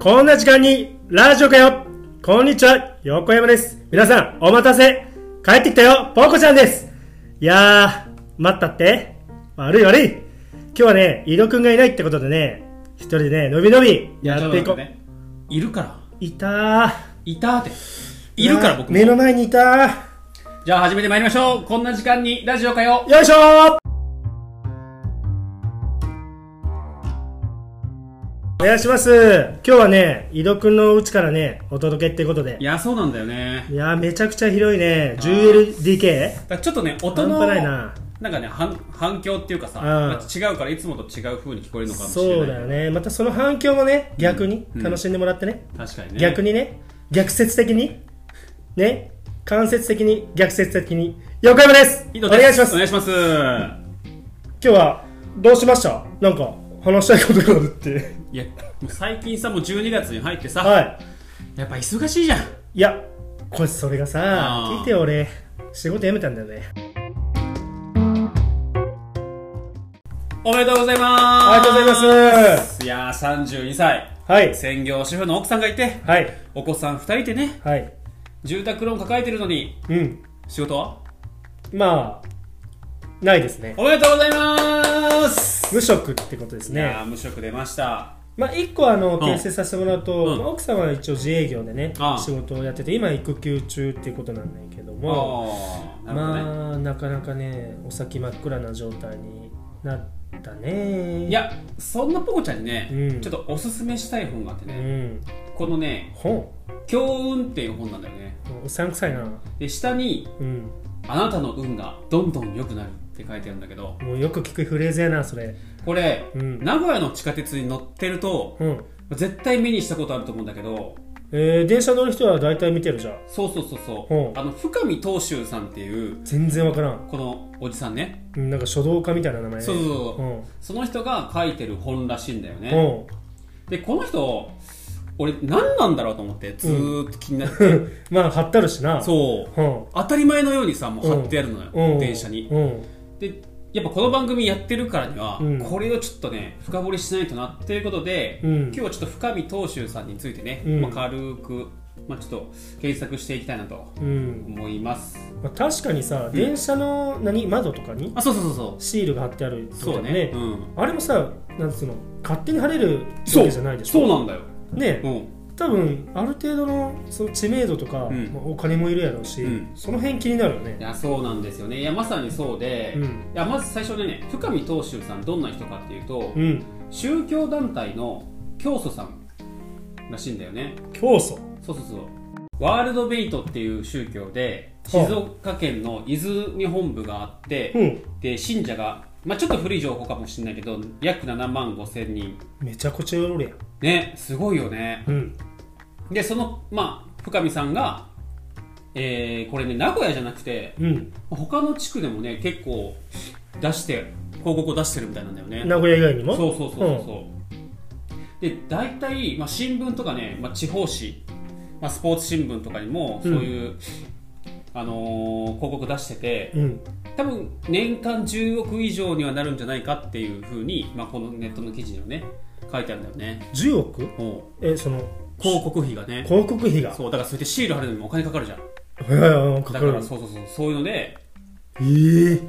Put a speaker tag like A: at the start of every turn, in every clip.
A: こんな時間にラジオかよこんにちは、横山です。皆さん、お待たせ帰ってきたよポコちゃんですいやー、待ったって悪い悪い今日はね、井戸くんがいないってことでね、一人でね、のびのびやっていこう。
B: ね、いるから
A: いたー。
B: いたっているから僕
A: 目の
B: も
A: 前にいたー。
B: じゃあ始めてまいりましょうこんな時間にラジオかよ
A: よいしょーお願いします。今日はね、井戸くんの家からね、お届けってことで
B: い。やそうなんだよね
A: いやーめちゃくちゃ広いね 10LDK
B: だからちょっとね音
A: 半
B: の
A: 端ない
B: な
A: なん
B: かね反反響っていうかさ、
A: うん
B: まあ違うからいつもと違う風に聞こえるのかもしれない
A: そうだよねまたその反響もね逆に
B: うん
A: 楽しんでもらってね、
B: 確かにね
A: 逆にね逆説的にね間接的に逆説的に横山です
B: 井戸
A: お
B: です
A: 願いします
B: お
A: 今
B: 願いします
A: 日はどうしましたなんか話したいことがあるって
B: いやもう最近さもう12月に入ってさ、
A: は
B: やっぱ忙しいじゃん
A: いいやこれそれがさ
B: あー
A: 聞いてよ俺仕事辞めたんだよね
B: おめでとうございます
A: ありがとうございます
B: いやー32歳
A: はい
B: 専業主婦の奥さんがいて
A: はい
B: お子さん2人でね
A: はい
B: 住宅ローン抱えてるのに
A: うん
B: 仕事は
A: まあないですね
B: おめでとうございます、
A: 無職ってことです
B: い
A: ね
B: やー無職出ました
A: まあ、一個あの
B: ん
A: 訂正させてもらうと、
B: うん
A: まあ奥様は一応自営業でね、
B: ああ
A: 仕事をやってて今育休中っていうことなんだけど
B: あ
A: も
B: ーなるほどね、
A: まあなかなかねお先真っ暗な状態になったね
B: いやそんなポコちゃんにね、
A: うん
B: ちょっとおすすめしたい本があって
A: う
B: ね、
A: ん
B: このね
A: 本
B: 「強運」っていう本なんだよね
A: うさんくさいな
B: で下に
A: うん
B: 「あなたの運がどんどん良くなる」って書いてあるんだけど
A: もうよく聞くフレーズやなそれ
B: これ、
A: うん
B: 名古屋の地下鉄に乗ってると
A: うん
B: 絶対目にしたことあると思うんだけど
A: えー、電車乗る人は大体見てるじゃん
B: そうそうそうそ
A: ほ
B: う
A: う
B: あの深見東秀さんっていう
A: 全然わからん
B: このおじさんね、
A: うんなんか書道家みたいな名前ね
B: そうそうそう、
A: うん
B: その人が書いてる本らしいんだよね、
A: うん
B: でこの人俺何なんだろうと思ってずーっと気になって、
A: まあ貼ったるし なう
B: そう当たり前のようにさもう貼ってあるのよ、
A: うん、うん、
B: 電車に
A: うん
B: でやっぱこの番組やってるからには、
A: うん
B: これをちょっとね深掘りしないとなっていうことで、
A: うん
B: 今日はちょっと深見東秀さんについてね、
A: うん
B: まあ、軽く、まあ、ちょっと検索していきたいなと
A: うん
B: 思います
A: まあ、確かにさ、電車の何窓とかに
B: あそうそうそうそ
A: シールが貼ってあるって
B: う
A: こと
B: そう
A: だ
B: ね
A: よね
B: うん、
A: あれもさなんつうの勝手に貼れるわ
B: そう
A: けじゃないでし
B: そう
A: ょ
B: なんだよ、
A: ね
B: うん、
A: 多分ある程度のその知名度とか、
B: うん
A: まあ、お金もいるやろうし、
B: うん
A: その辺気になるよね
B: いやそうなんですよねいやまさにそうで、
A: うん
B: いやまず最初にね深見東秀さんどんな人かっていうと、
A: うん
B: 宗教団体の教祖さんらしいんだよね
A: 教祖
B: そうそうそうワールドベイトっていう宗教で
A: はあ
B: 静岡県の伊豆に本部があって、
A: うん
B: で信者が、まあ、ちょっと古い情報かもしれないけど約7万5千人
A: めちゃくちゃおるやん
B: ねすごいよね
A: うん
B: でそのまあ深見さんが、えーこれね名古屋じゃなくて
A: うん
B: 他の地区でもね結構出して広告を出してるみたいなんだよね
A: 名古屋以外にも
B: そうそうそうそうそう、で大体、まあ、新聞とかね、まあ、地方紙、まあ、スポーツ新聞とかにもそういう、あのー広告出してて
A: うん
B: 多分年間10億以上にはなるんじゃないかっていうふうに、まあ、このネットの記事にはね書いてあるんだよね
A: 10億
B: も
A: えその
B: う広告費がね
A: 広告費が
B: そうだからそれでシール貼るのにもお金かかるじゃん
A: いやいやか
B: だ
A: か
B: から
A: る
B: そうそうそうそういうので
A: えー、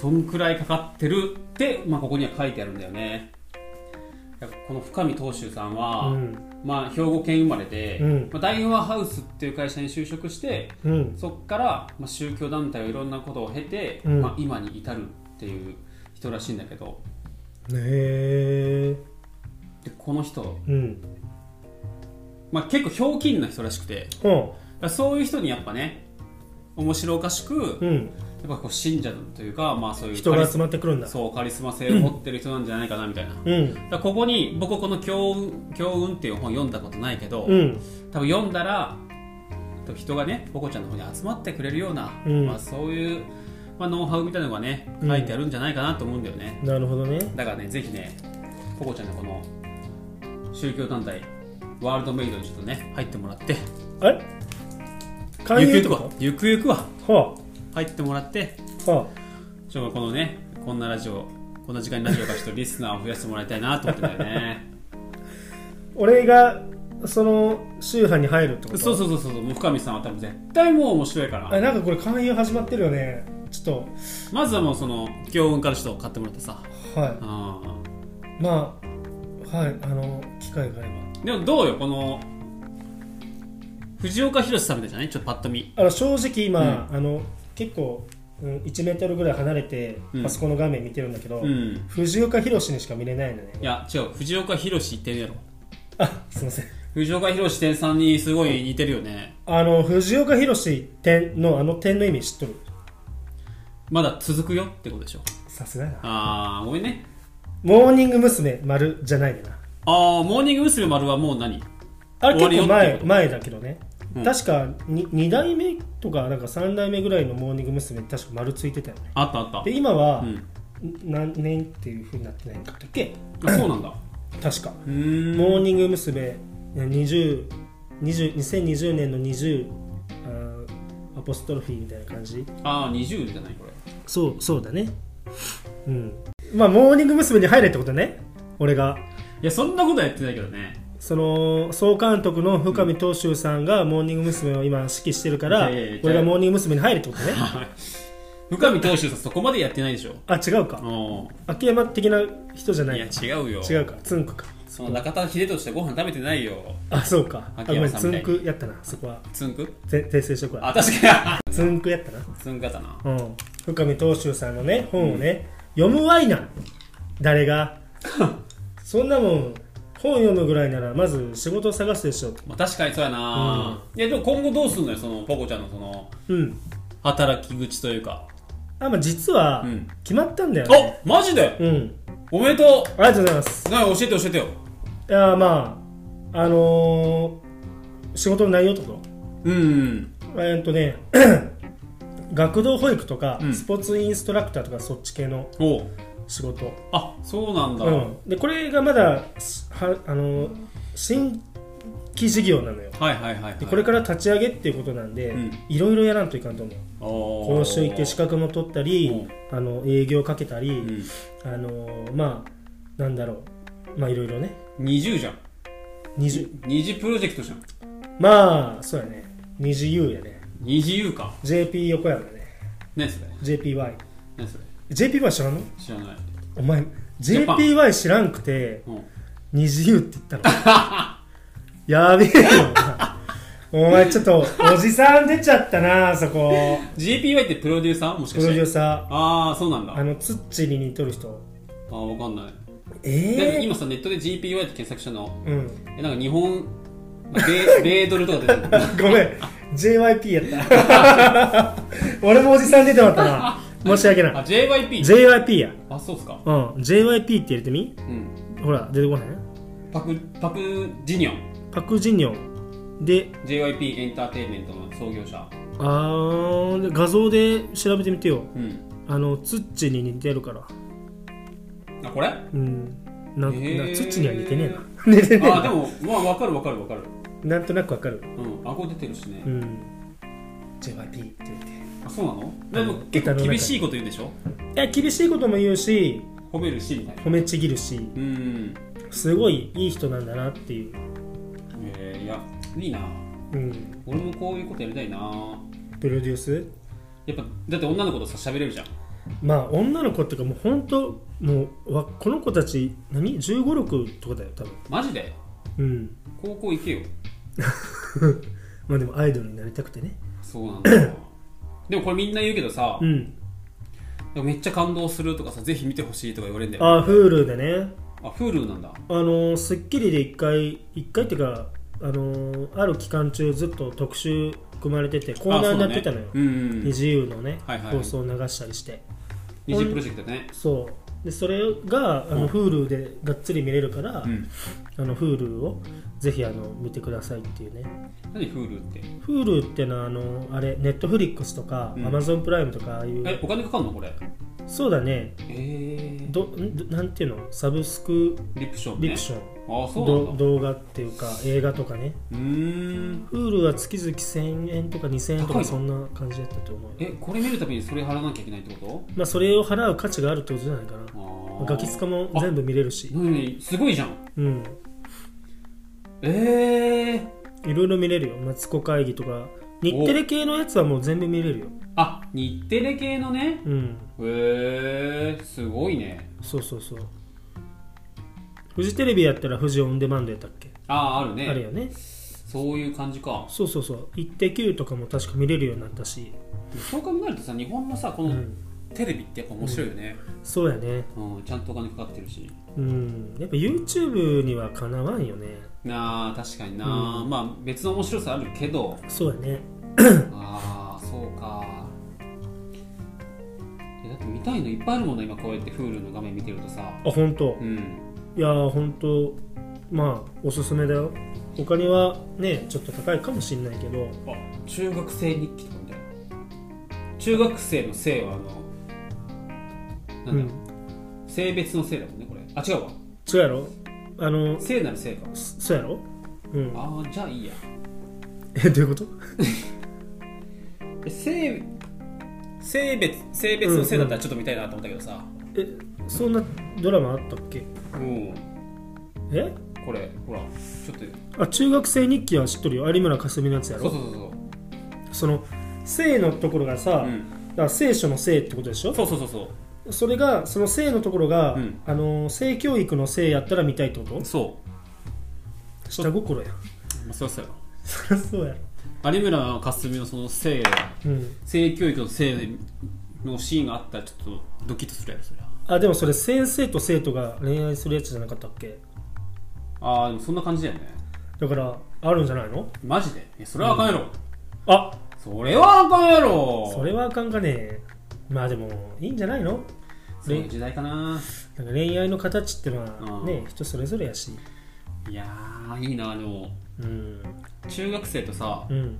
B: そんくらいかかってるって、まあ、ここには書いてあるんだよねだからこの深見東秀さんは、
A: うん
B: まあ、兵庫県生まれで、
A: うん
B: まあ、ダイワハウスっていう会社に就職して
A: うん
B: そこから、まあ、宗教団体をいろんなことを経て、
A: うん
B: まあ、今に至るっていう人らしいんだけど
A: ねえ
B: でこの人、
A: うん
B: まあ、結構ひょうきんな人らしくてだか
A: ほ
B: らそういう人にやっぱね面白おかしくやっ
A: ううん
B: ぱこう信者というか、まあ、そういう
A: 人
B: カリ
A: が
B: ス
A: 集まってくるんだ
B: そうカリスマ性を持ってる人なんじゃないかなみたいな。
A: うん
B: だからここに僕この強運「強運」っていう本読んだことないけど、
A: うん
B: 多分読んだらと人がねボコちゃんの方に集まってくれるような、
A: うん
B: まあ、そういう、まあ、ノウハウみたいなのがね
A: うん
B: 書いてあるんじゃないかなと思うんだよね、
A: なるほどね
B: だからねぜひねボコちゃんのこの宗教団体ワールドメイドにちょっとね入ってもらって
A: あれ勧
B: ゆく
A: 誘
B: ゆ
A: と
B: く
A: か
B: はゆくゆくは
A: は
B: 入ってもらって
A: あは
B: ちょっとこのねこんなラジオ こんな時間にラジオからちょっとリスナーを増やしてもらいたいなと思ってんだよね
A: あ俺がその宗派に入るってこと
B: そうそうそうそうもう深見さんは多分絶対もう面白いから
A: あなんかこれ勧誘始まってるよねちょ
B: まずはもうその強運からちょっと買ってもらってさ
A: っとは
B: うん
A: いまあはいあの機会があれば
B: でもどうよこの藤岡弘さんみたいじゃないちょっとパッと見
A: あの正直今、あの結構、うん、1メートルぐらい離れて、
B: うん
A: パソコンの画面見てるんだけど、
B: うん
A: 藤岡弘にしか見れないのね
B: いや違う藤岡弘ってやろ
A: あすいません
B: 藤岡弘店さんにすごい似てるよね
A: あの藤岡弘点のあの点の意味知っとる
B: まだ続くよってことでしょ
A: さすがやな
B: ああごめんね
A: モーニング娘。丸じゃないよな
B: ああモーニング娘。丸はもう何
A: あれ
B: 終
A: 結構
B: わりよ
A: 前
B: ってこと
A: 前だけどね、
B: うん
A: 確か 2, 代目とかなんか3代目ぐらいのモーニング娘。に確か丸ついてたよね
B: あったあった
A: で今は、
B: うん
A: 何年っていうふうになってないんだっけ
B: あそうなんだ
A: 確か
B: うーん
A: モーニング娘。20 20 2020年の20あーアポストロフィーみたいな感じ
B: ああ20じゃないこれ
A: そうそうだねうんまあモーニング娘。に入れってことね俺が
B: いやそんなことはやってないけどね
A: その総監督の深見東秀さんがモーニング娘。を今指揮してるから、
B: いやいやいや
A: 俺がモーニング娘。に入れってことね
B: 深見投手さんそこまでやってないでしょ
A: あ違うか
B: う
A: 秋山的な人じゃ
B: ん
A: ない
B: いや
A: い
B: 違うよ
A: 違うかつんくか
B: その中田秀俊してご飯食べてないよ
A: あそうかあご
B: 秋
A: め
B: 山
A: ん
B: さん
A: つ
B: みた
A: ん
B: いに
A: くやったなそこは
B: つんく
A: ぜ訂正しとくわ
B: あ確か
A: つんくやったな
B: につんくだったな
A: うん、深見東秀さんのね本をね、読むわいなん誰 がそんなもん本読むぐらいならまず仕事を探すでしょ
B: まあ、確かにそうやな、いやでも今後どうすんのよそのポコちゃんのその
A: うん
B: 働き口というか
A: あまあ実は
B: うん
A: 決まったんだよね、
B: あマジで
A: うん
B: おめでと
A: ありがとうございます
B: うなに教えて教えてよ
A: いやーまああのー仕事の内容とか
B: うん
A: えーっとね 学童保育とか、
B: うん
A: スポーツインストラクターとかそっち系の
B: おう
A: 仕事、
B: あそうなんだ、
A: うん、でこれがまだしはあのー新規事業なのよ
B: はいはいはい、はい、
A: でこれから立ち上げっていうことなんで、
B: うん
A: いろいろやらんといかんと思う講
B: 講
A: 習行って資格も取ったりあの営業かけた
B: う
A: り、
B: ん、
A: あのまあなんだろうまあいろいろね
B: 20じゃん
A: 20
B: 20プロジェクトじゃん
A: まあそうやね 20U やね
B: 20U か
A: JP 横山だね
B: 何それ
A: JPYJPY
B: 何それ
A: 知らんの
B: 知らない、
A: お前
B: ジャパン
A: JPY 知らんくて
B: うん、
A: 20U って言 ったのやべえよお前お前ちょっとおじさん出ちゃったなあそこ
B: GPY ってプロデューサーもしか
A: プロ
B: し
A: デュ
B: て
A: ーサ
B: ああそうなんだ
A: ーあのツッチーに似とる人
B: あーわかんない、
A: え
B: で今さネットで GPY って検索したの
A: うん、
B: えなんか日本米 米ドルとか出てる
A: ごめん JYP やった 俺もおじさん出てもらったな申し訳な
B: あ
A: い
B: JYP
A: JYP や
B: あそうっすか
A: うん JYP って入れてみ
B: うん
A: ほら出てこない
B: パクパクジニョン
A: パク・ジニョンで
B: JYP エンターテインメントの創業者
A: あーで画像で調べてみてよ
B: うん
A: あのツッチに似てるから
B: あこれ
A: うんなん
B: へー
A: なツッチには似てねえな似てねえ
B: あで
A: な
B: もまあわかるわかるわかる
A: なんとなくわかる
B: うん顎出てるしね、
A: うん JYP って言って
B: あそうなのでも結構厳しいこと言うでしょ
A: いや厳しいことも言うし
B: 褒めるしみたいな
A: 褒めちぎるし
B: うん
A: すごいいい人なんだなっていう
B: えー、いやいいな
A: うん
B: 俺もこういうことやりたいな
A: プロデュース
B: やっぱだって女の子とさ喋れるじゃん
A: まあ女の子っていうかもう本当もうわこの子たち何1 5六6とかだよ多分
B: マジで
A: うん
B: 高校行けよ
A: まあでもアイドルになりたくてね
B: そうなんだでもこれみんな言うけどさ、
A: うん
B: でもめっちゃ感動するとかさぜひ見てほしいとか言われるんだよ
A: ああ Hulu でね
B: あ Hulu なんだ
A: あのー『スッキリ』で一回一回っていうかあのーある期間中ずっと特集組まれててコーナーになってたのよ
B: あ、そうだねうんうん、
A: 二自由のね、
B: はいはいはい
A: 放送を流したりして
B: 二次プロジェクトね、
A: そうでそれがあ
B: うん
A: の Hulu でがっつり見れるから、
B: うん、
A: あの Hulu をぜひあの見てくださいっていうね
B: 何 Hulu って
A: Hulu ってのはあのあれ Netflix とか
B: うん
A: Amazon プライムとかああいう、
B: えお金かかんのこれ
A: そうだね
B: えー、
A: どんどなんていうのサブスク
B: リプションね
A: リプション、
B: あそうな
A: ど
B: んだ
A: 動画っていうか映画とかね
B: うーん
A: Hulu は月々1000円とか2000円と
B: 高い
A: か
B: の
A: そんな感じだったと思う
B: えこれ見るたびにそれ払わなきゃいけないってこ
A: まあそれを払う価値があるってことじゃないかな
B: とああ
A: ガキ使も全部見れるし
B: うんすごいじゃん
A: うん
B: ええ
A: いろいろ見れるよマツコ会議とか日テレ系のやつはもう全部見れるよ
B: あ日テレ系のね
A: うん
B: へえすごいね
A: そうそうそうフジテレビやったらフジオンデマンドやったっけ、
B: あああるね
A: あるよね
B: そういう感じか
A: そうそうそう「イッテ Q!」とかも確か見れるようになったし、
B: そう考えるとさ日本のさこ
A: う
B: の
A: ん、
B: テレビってやっぱ面白いよね、
A: そうやね
B: うんちゃんとお金かかってるし
A: うんやっぱ YouTube にはかなわんよね
B: なあ確かにな、
A: うん
B: まあ別の面白さあるけど
A: そうやね
B: ああそうかいやだって見たいのいっぱいあるもんな今こうやって Hulu の画面見てるとさ
A: あ本当
B: うん
A: いやー本当まあおすすめだよお金はねちょっと高いかもしんないけど
B: あ中学生日記とかみたいな中学生の生はあのなんだ、
A: うん
B: 性別の性だもんねこれあ違うわ
A: そうやろあの
B: 聖なる聖か
A: そそうやろうん
B: ああじゃあいいや
A: えどういうこと
B: え性性別性別の性だったらちょっと見たいなと思ったけどさ
A: えそんなドラマあったっけ
B: うん
A: え
B: これほらちょっと
A: あ中学生日記は知っとるよ有村架純のやつや
B: そう
A: ろ
B: そうそうそう
A: その性のところがさ、
B: うん
A: だから聖書の聖ってことでしょ
B: そうそうそうそう
A: それがその性のところが、
B: うん
A: あの性教育の性やったら見たいってこと
B: そ
A: 下心や
B: う、まあ、そうそうよ
A: そりゃそうやろ
B: 有村架純のその性
A: うん
B: 性教育の性のシーンがあったらちょっとドキッとするやろそりゃ
A: あでもそれ先生と生徒が恋愛するやつじゃなかったっけ
B: ああでもそんな感じだよね
A: だからあるんじゃないの
B: マジでえそれはあかんやろ、
A: あ
B: それはあかんやろ
A: それはあかんかねまあでもいいんじゃないの
B: そういう時代かな
A: なんか恋愛の形ってのは
B: うん
A: ね、人それぞれやし
B: いやーいいなでも
A: うん
B: 中学生とさ
A: うん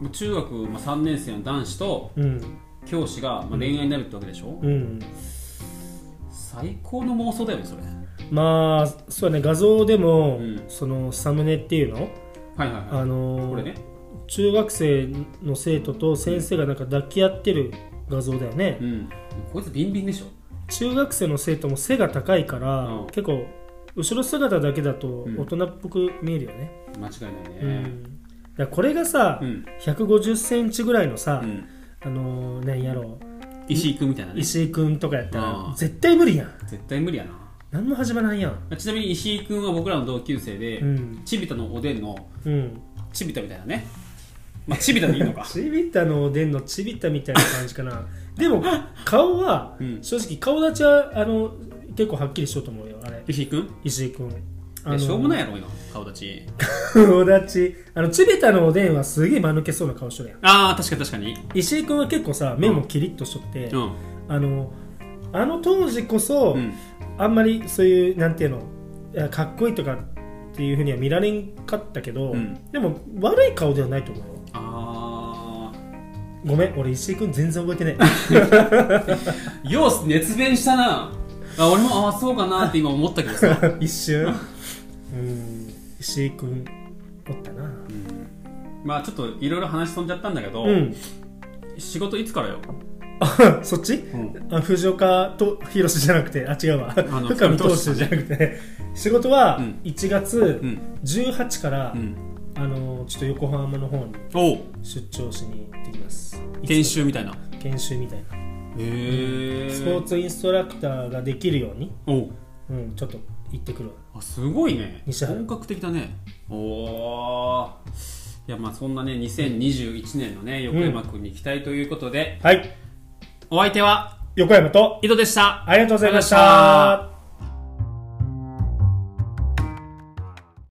B: もう中学、まあ、3年生の男子と
A: うん
B: 教師が、まあ、恋愛になるってわけでしょ、
A: うん
B: 最高の妄想だよねそれは
A: まあそうやね画像でも、
B: うん
A: そのサムネっていうの、
B: いはいはい
A: あのー
B: これね
A: 中学生の生徒と先生がなんか抱き合ってる画像だよね、
B: うんこいつビンビンでしょ
A: 中学生の生徒も背が高いから、
B: うん
A: 結構後ろ姿だけだと
B: うん
A: 大人っぽく見えるよね、
B: 間違いない
A: うん
B: ね
A: だからこれがさ、
B: うん、
A: 1 5 0ンチぐらいのさ、
B: うん、
A: あのー、なんやろ
B: 石井君みたいな
A: う
B: ね
A: 石井君とかやった
B: う
A: ら
B: ん
A: 絶対無理やん
B: 絶対無理やな
A: 何も始まらんやん
B: ちなみに石井君は僕らの同級生で、
A: うん
B: ちびたのおでんの
A: うん
B: ちびたみたいなねまあちびたでいいの か
A: ちびったのおでんのちびったみたいな感じかな でも顔は
B: うん
A: 正直顔立ちはあの結構はっきりしようと思うよあれ
B: 石井君
A: 石井君
B: いや しょうもない
A: い
B: やろ今顔立ち
A: 友達あのちびたのおでんはすげえ間抜けそうな顔しとるやん
B: ああ確かに確かに
A: 石井君は結構さ目もキリッとしとって、
B: うん
A: あのあの当時こそ、
B: うん
A: あんまりそういうなんていうのいやかっこいいとかっていうふうには見られんかったけど、
B: うん
A: でも悪い顔ではないと思うよ
B: あ
A: ごめん俺石井君全然覚えてない
B: あよう熱弁したなあ俺もああそうかなって今思ったけど さ、
A: 一瞬うん石井君おったな
B: うん、まあちょっといろいろ話飛んじゃったんだけど、
A: うん
B: 仕事いつからよ、
A: あそっち
B: うん、
A: あ藤岡と広じゃなくてあ違うわ
B: あの
A: 深見投手じゃなくて仕事は
B: うん
A: 1月
B: うん
A: 18から、
B: うん
A: あのちょっと横浜の方に
B: おう
A: 出張しに行ってきます
B: 研修みたいなへ
A: 研修みたいな
B: え
A: スポーツインストラクターができるように、
B: おう
A: うん、ちょっと行ってくるわ
B: あすごいね
A: 西原
B: 本格的だねおおいやまあそんなね2021年のね横山君に期待ということで、
A: はい
B: お相手は
A: 横山と
B: 井戸でした
A: ありがとうございまし
B: ありがとうございました